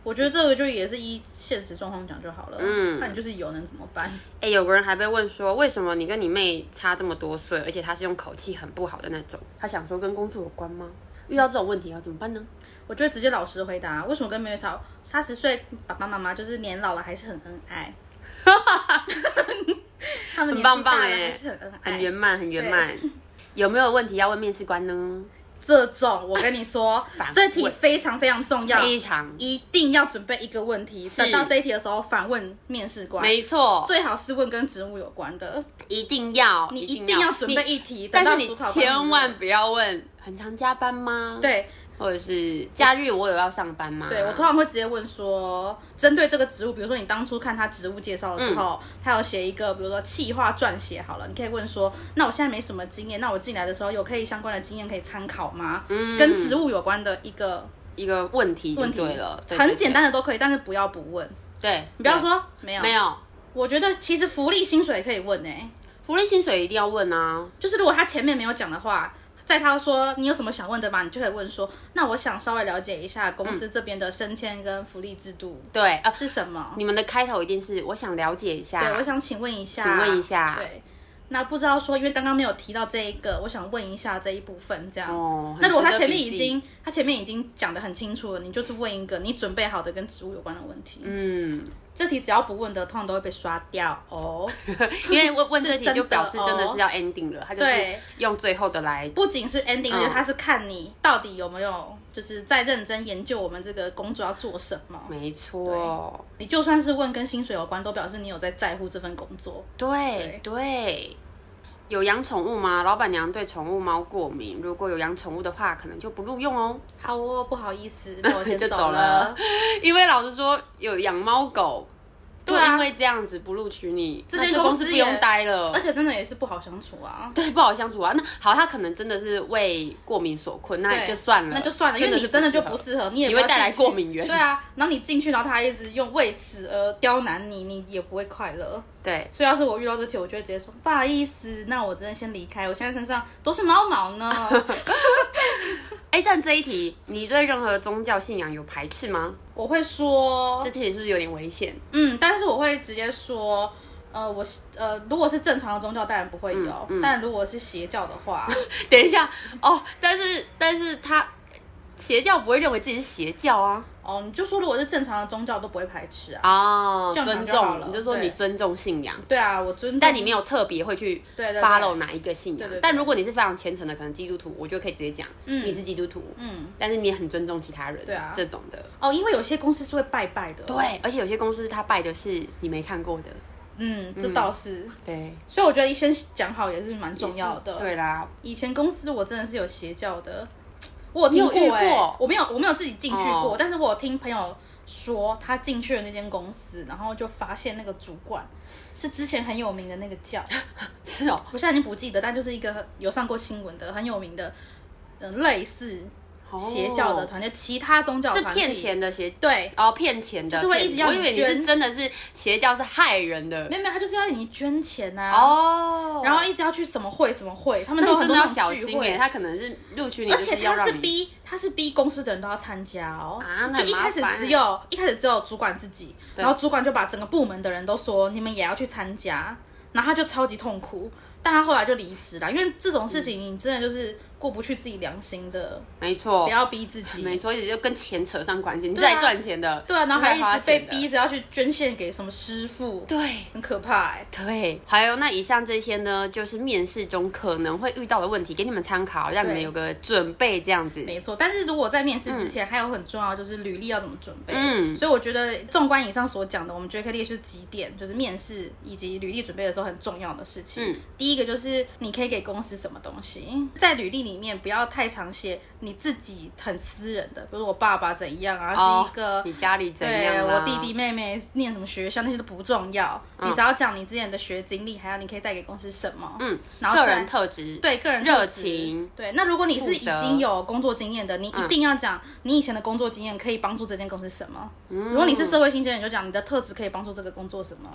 Speaker 2: 我觉得这个就也是依现实状况讲就好了。嗯，那你就是有能怎么办？
Speaker 1: 哎、有个人还被问说，为什么你跟你妹差这么多岁，而且她是用口气很不好的那种，他想说跟工作有关吗？遇到这种问题要怎么办呢？
Speaker 2: 我就会直接老实回答，为什么跟妹妹吵？她十岁，爸爸妈妈就是年老了还是很恩 爱。他们年
Speaker 1: 很
Speaker 2: 纪
Speaker 1: 棒棒
Speaker 2: 大了
Speaker 1: 欸
Speaker 2: 还是很恩爱，
Speaker 1: 很圆满，很圆 满。有没有问题要问面试官呢？
Speaker 2: 这种，我跟你说
Speaker 1: 反，问
Speaker 2: 这题非常非常重要，
Speaker 1: 非常，
Speaker 2: 一定要准备一个问题，
Speaker 1: 是
Speaker 2: 等到这一题的时候反问面试官，
Speaker 1: 没错，
Speaker 2: 最好是问跟职务有关的，
Speaker 1: 一定要，
Speaker 2: 你
Speaker 1: 一
Speaker 2: 一定要
Speaker 1: 要
Speaker 2: 准备
Speaker 1: 你
Speaker 2: 一题，
Speaker 1: 但
Speaker 2: 等
Speaker 1: 是你
Speaker 2: 到主考官
Speaker 1: 千万不要问很常加班吗？，
Speaker 2: 对
Speaker 1: 或者是假日我有要上班吗？
Speaker 2: 对，我通常会直接问说，针对这个职务，比如说你当初看他职务介绍的时候，
Speaker 1: 嗯
Speaker 2: 他有写一个，比如说企划撰写好了，你可以问说，那我现在没什么经验，那我进来的时候有可以相关的经验可以参考吗？跟职务有关的一个
Speaker 1: 一个问题就
Speaker 2: 问题
Speaker 1: 嗯对了，对
Speaker 2: 很简，单的都可以，但是不要不问，
Speaker 1: 对啊对，
Speaker 2: 你不要说没有
Speaker 1: 对没有
Speaker 2: 我觉得其实福利薪水也可以问诶、欸
Speaker 1: 福利薪水一定要问啊，
Speaker 2: 就是如果他前面没有讲的话，在他说你有什么想问的吗？你就可以问说，那我想稍微了解一下公司这边的升迁跟福利制度
Speaker 1: 对啊，
Speaker 2: 是什么。
Speaker 1: 你们的开头一定是我想了解一下，
Speaker 2: 对，我想请问一下，
Speaker 1: 请问一下
Speaker 2: 对，那不知道说，因为刚刚没有提到这一个，我想问一下这一部分这样。
Speaker 1: 哦很
Speaker 2: 那如果他
Speaker 1: 值
Speaker 2: 前
Speaker 1: 得
Speaker 2: 面
Speaker 1: 笔
Speaker 2: 已
Speaker 1: 记
Speaker 2: 经他前面已经讲的很清楚了，你就是问一个你准备好的跟职务有关的问题。
Speaker 1: 嗯，
Speaker 2: 这题只要不问的，通常都会被刷掉哦。
Speaker 1: 因为问问这
Speaker 2: 真
Speaker 1: 题
Speaker 2: 的
Speaker 1: 就表示真的
Speaker 2: 哦
Speaker 1: 是要 ending 了，他就是
Speaker 2: 对
Speaker 1: 用最后的来
Speaker 2: 不仅是 ending，、
Speaker 1: 嗯
Speaker 2: 而且它是看你到底有没有，就是在认真研究我们这个工作要做什么。
Speaker 1: 没错，
Speaker 2: 你就算是问跟薪水有关，都表示你有在在乎这份工作。
Speaker 1: 对对。有养宠物吗？老板娘对宠物猫过敏，如果有养宠物的话，可能就不录用 哦。
Speaker 2: 好哦，不好意思，那我先
Speaker 1: 就走
Speaker 2: 走
Speaker 1: 了。因为老实说，有养猫狗，
Speaker 2: 对
Speaker 1: 就
Speaker 2: 啊
Speaker 1: 因为这样子不录取你，
Speaker 2: 这
Speaker 1: 那
Speaker 2: 间
Speaker 1: 这
Speaker 2: 公
Speaker 1: 公司
Speaker 2: 司
Speaker 1: 不
Speaker 2: 也
Speaker 1: 用待了
Speaker 2: 而。且真的也是不好相处啊。
Speaker 1: 对，不好相处啊。那好，他可能真的是为过敏所困，那也就算了，
Speaker 2: 那就算了，因为你真的就不
Speaker 1: 是
Speaker 2: 适合，你也
Speaker 1: 你
Speaker 2: 不要
Speaker 1: 会带来
Speaker 2: 进去
Speaker 1: 过敏源
Speaker 2: 对啊，然后你进去，然后他一直用为此而刁难你，你也不会快乐。
Speaker 1: 合对。
Speaker 2: 所以要是我遇到这题，我就会直接说不好意思，那我真的先离开，我现在身上都是猫毛呢。
Speaker 1: 哎，但这一题，你对任何宗教信仰有排斥吗？
Speaker 2: 我会说
Speaker 1: 这，题是不是有点危险？
Speaker 2: 嗯，但是我会直接说。呃，我是呃，如果是正常的宗教，当然不会有；
Speaker 1: 嗯
Speaker 2: 但如果是邪教的 话，
Speaker 1: 等一下哦，但是但是他邪教不会认为自己是邪教啊。
Speaker 2: 哦，你就说如果是正常的宗教都不会排斥啊。
Speaker 1: 哦，
Speaker 2: 这样
Speaker 1: 尊
Speaker 2: 讲就好
Speaker 1: 重，
Speaker 2: 了
Speaker 1: 你就说
Speaker 2: 对
Speaker 1: 你尊重信仰，
Speaker 2: 对啊，我尊重。
Speaker 1: 但你没有特别会去
Speaker 2: 对对对
Speaker 1: follow 哪一个信仰
Speaker 2: 对对对。
Speaker 1: 但如果你是非常虔诚的，可能基督徒，我就可以直接讲你是基督徒，
Speaker 2: 嗯
Speaker 1: 但是你也很尊重其他人，
Speaker 2: 对啊
Speaker 1: 这种的。
Speaker 2: 哦，因为有些公司是会拜拜的。
Speaker 1: 对，而且有些公司他拜的是你没看过的，
Speaker 2: 嗯，这倒是。
Speaker 1: 对，
Speaker 2: 所以我觉得先讲好也是蛮重要的。，
Speaker 1: 对啦，
Speaker 2: 以前公司我真的是有邪教的，我有
Speaker 1: 你
Speaker 2: 听
Speaker 1: 有
Speaker 2: 过、
Speaker 1: 遇
Speaker 2: 欸
Speaker 1: 过
Speaker 2: 我没有我没有自己进去过，
Speaker 1: 哦
Speaker 2: 但是我有听朋友说他进去了那间公司，然后就发现那个主管是之前很有名的那个教，
Speaker 1: 是哦，
Speaker 2: 我现在已经不记得，但就是一个有上过新闻的很有名的，嗯、类似邪教的
Speaker 1: 哦
Speaker 2: 团体，其他宗教
Speaker 1: 是
Speaker 2: 团体
Speaker 1: 骗，钱的邪，
Speaker 2: 对。
Speaker 1: 哦，骗钱的，
Speaker 2: 就是会
Speaker 1: 骗
Speaker 2: 一直要
Speaker 1: 我以为你
Speaker 2: 你
Speaker 1: 是
Speaker 2: 捐
Speaker 1: 真的是邪教是害人的
Speaker 2: 没有没有，他就是要你捐钱呐、啊，
Speaker 1: 哦，
Speaker 2: 然后一直要去什么会什么会，他们
Speaker 1: 那你
Speaker 2: 都有
Speaker 1: 真
Speaker 2: 很多
Speaker 1: 的要
Speaker 2: 那种
Speaker 1: 小
Speaker 2: 聚
Speaker 1: 心
Speaker 2: 会
Speaker 1: 耶，他可能是录取你，
Speaker 2: 而
Speaker 1: 就
Speaker 2: 且
Speaker 1: 要
Speaker 2: 他
Speaker 1: 让
Speaker 2: 是
Speaker 1: 你
Speaker 2: 逼，他是逼公司的人都要参加哦。
Speaker 1: 啊那
Speaker 2: 就一
Speaker 1: 很麻
Speaker 2: 开始
Speaker 1: 烦欸
Speaker 2: 只有一开始只有主管自己，然后主管就把整个部门的人都说你们也要去参加，然后他就超级痛苦。但他后来就离职了，因为这种
Speaker 1: 嗯
Speaker 2: 事情你真的就是过不去自己良心的，
Speaker 1: 没错
Speaker 2: 不，要逼自己。
Speaker 1: 哦没错，而且就跟钱扯上关系，你是
Speaker 2: 对啊
Speaker 1: 来赚钱的，
Speaker 2: 对啊，然后还
Speaker 1: 你是来
Speaker 2: 一
Speaker 1: 花
Speaker 2: 直被
Speaker 1: 钱的
Speaker 2: 逼着要去捐献给什么师傅，
Speaker 1: 对。
Speaker 2: 很可怕哎、
Speaker 1: 对，还有那以上这些呢，就是面试中可能会遇到的问题，给你们参考，让你们
Speaker 2: 对
Speaker 1: 有个准备，这样子。
Speaker 2: 没错，但是如果在面试之前，还有很重要就是履历要怎么准备。
Speaker 1: 嗯
Speaker 2: 所以我觉得纵观以上所讲的，我们觉得可以列出几点，就是面试以及履历准备的时候很重要的事情。
Speaker 1: 嗯
Speaker 2: 第一个就是你可以给公司什么东西，在履历里面不要太常写你自己很私人的，比如我爸爸怎样啊，
Speaker 1: 哦
Speaker 2: 是一个。
Speaker 1: 你家里怎样啊
Speaker 2: 对
Speaker 1: 啦
Speaker 2: 我弟弟妹妹念什么学校那些都不重要，
Speaker 1: 嗯
Speaker 2: 你只要讲你之前的学经历，还有你可以带给公司什么，嗯，然后
Speaker 1: 个
Speaker 2: 再
Speaker 1: 人特质，
Speaker 2: 对个人
Speaker 1: 热
Speaker 2: 特质
Speaker 1: 情。
Speaker 2: 对，那如果你是已
Speaker 1: 负责
Speaker 2: 经有工作经验的，你一定要讲你以前的工作经验可以帮助这间公司什么。
Speaker 1: 嗯
Speaker 2: 如果你是社会新鲜人，你就讲你的特质可以帮助这个工作什么。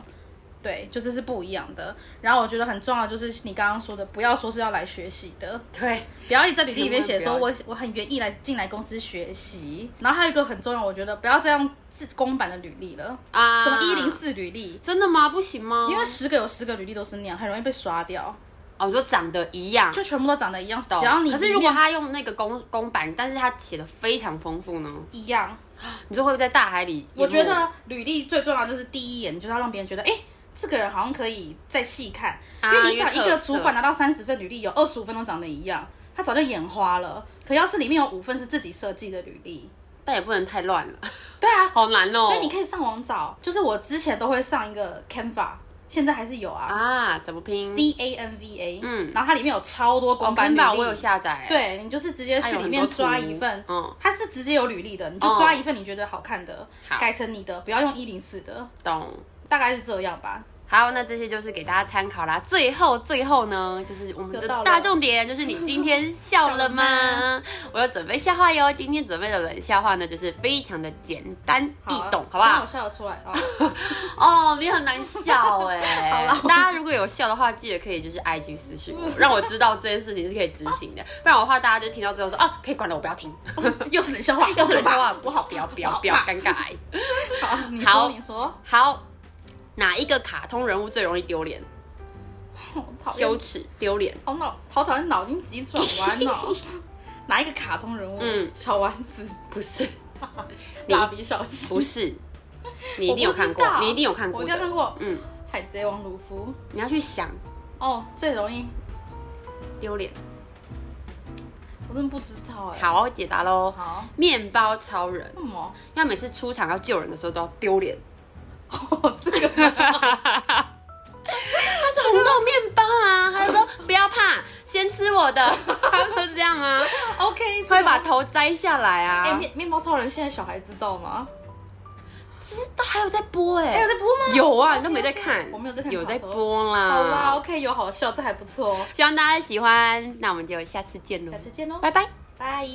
Speaker 2: 对，就是是不一样的。然后我觉得很重要就是你刚刚说的，不要说是要来学习的，
Speaker 1: 对，
Speaker 2: 不要在履历里面写
Speaker 1: 千
Speaker 2: 说
Speaker 1: 万不
Speaker 2: 我我很愿意来进来公司学习。然后还有一个很重要，我觉得不要再用自公版的履历了，
Speaker 1: 啊，
Speaker 2: 什么一零，四履历，
Speaker 1: 真的吗？不行吗？
Speaker 2: 因为十个有十个履历都是那样，很容易被刷掉，
Speaker 1: 哦，你说长得一样，
Speaker 2: 就全部都长得一样。只
Speaker 1: 啊懂
Speaker 2: 要你
Speaker 1: 可是如果
Speaker 2: 里面
Speaker 1: 他用那个公公版，但是他写的非常丰富呢，
Speaker 2: 一样，
Speaker 1: 啊你说会不会在大海里淹没？
Speaker 2: 我觉得履历最重要就是第一眼，你就是要让别人觉得，哎、这个人好像可以再细看，
Speaker 1: 啊
Speaker 2: 因为你想
Speaker 1: 因
Speaker 2: 一
Speaker 1: 为特
Speaker 2: 个
Speaker 1: 色
Speaker 2: 主管拿到三十份履历，有二十五分都长得一样，他早就眼花了。可要是里面有五份是自己设计的履历，
Speaker 1: 但也不能太乱了，
Speaker 2: 对啊，
Speaker 1: 好难哦。
Speaker 2: 所以你可以上网找，就是我之前都会上一个 Canva，现在还是有啊
Speaker 1: 啊，怎么拼？
Speaker 2: ，C A N V A，
Speaker 1: 嗯
Speaker 2: 然后它里面有超多
Speaker 1: 哦
Speaker 2: 公版履
Speaker 1: 吧，
Speaker 2: 历，
Speaker 1: 我有下载。，
Speaker 2: 对你就是直接去里面抓一份
Speaker 1: 它有很多，图嗯
Speaker 2: 它是直接有履历的，你就抓一份你觉得好看的，
Speaker 1: 好
Speaker 2: 改成你的，不要用一零四的，
Speaker 1: 懂。
Speaker 2: 大概是这样吧。
Speaker 1: 好，那这些就是给大家参考啦。最后，最后呢，就是我们的
Speaker 2: 又到了
Speaker 1: 大重点，就是你今天笑了吗？我有准备笑话哟。今天准备的冷笑话呢，就是非常的简单易
Speaker 2: 啊
Speaker 1: 懂，好不
Speaker 2: 虽
Speaker 1: 好
Speaker 2: 然我？笑得出 来哦。
Speaker 1: 哦，你很难笑哎、
Speaker 2: 好啦
Speaker 1: 大家如果有笑的话，记得可以就是 IG 私信我，让我知道这件事情是可以执行的。不然的话，大家就听到最后说哦，可以关了，我不要听，
Speaker 2: 又是冷笑话，
Speaker 1: 要是冷笑话
Speaker 2: 我
Speaker 1: 不好
Speaker 2: 好，
Speaker 1: 不要不要
Speaker 2: 我好
Speaker 1: 不要，
Speaker 2: 怕
Speaker 1: 尴尬癌。
Speaker 2: 好，你
Speaker 1: 好
Speaker 2: 说你说，
Speaker 1: 好，哪一个卡通人物最容易丢脸？
Speaker 2: 好讨
Speaker 1: 羞
Speaker 2: 厌，
Speaker 1: 耻丢脸。
Speaker 2: 好脑，好讨厌脑筋急转弯 哦。哪一个卡通人物？
Speaker 1: 嗯
Speaker 2: 小丸子、
Speaker 1: 不是， 你
Speaker 2: 蜡笔小新，
Speaker 1: 不是，你一定有看过
Speaker 2: 我不知，道
Speaker 1: 你一定有看过
Speaker 2: 我一定有看
Speaker 1: 的。
Speaker 2: 过。
Speaker 1: 嗯，
Speaker 2: 海贼王鲁夫
Speaker 1: 你要去想
Speaker 2: 哦，最容易，
Speaker 1: 丢脸，
Speaker 2: 我真的不知道哎、
Speaker 1: 好，解答喽。
Speaker 2: 好，
Speaker 1: 面包超人，
Speaker 2: 为什么？
Speaker 1: 因为他每次出场要救人的时候都要丢脸，
Speaker 2: 哦，这个
Speaker 1: 他是红豆面包啊，他就说不要怕，先吃我的，他就这样啊，
Speaker 2: OK，
Speaker 1: 他
Speaker 2: 这个
Speaker 1: 会把头摘下来啊。
Speaker 2: 哎、面面包超人现在小孩知道吗？
Speaker 1: 知道还有在播哎、
Speaker 2: 哎、有在播吗？
Speaker 1: 有啊，你都没在看，
Speaker 2: 我没有在看
Speaker 1: 有在播啊啦。
Speaker 2: 好啦，OK，有好笑，这还不错哦。
Speaker 1: 希望大家喜欢，那我们就下次见喽
Speaker 2: 下，次见喽，
Speaker 1: 嗯
Speaker 2: 哦
Speaker 1: 拜拜。
Speaker 2: 拜。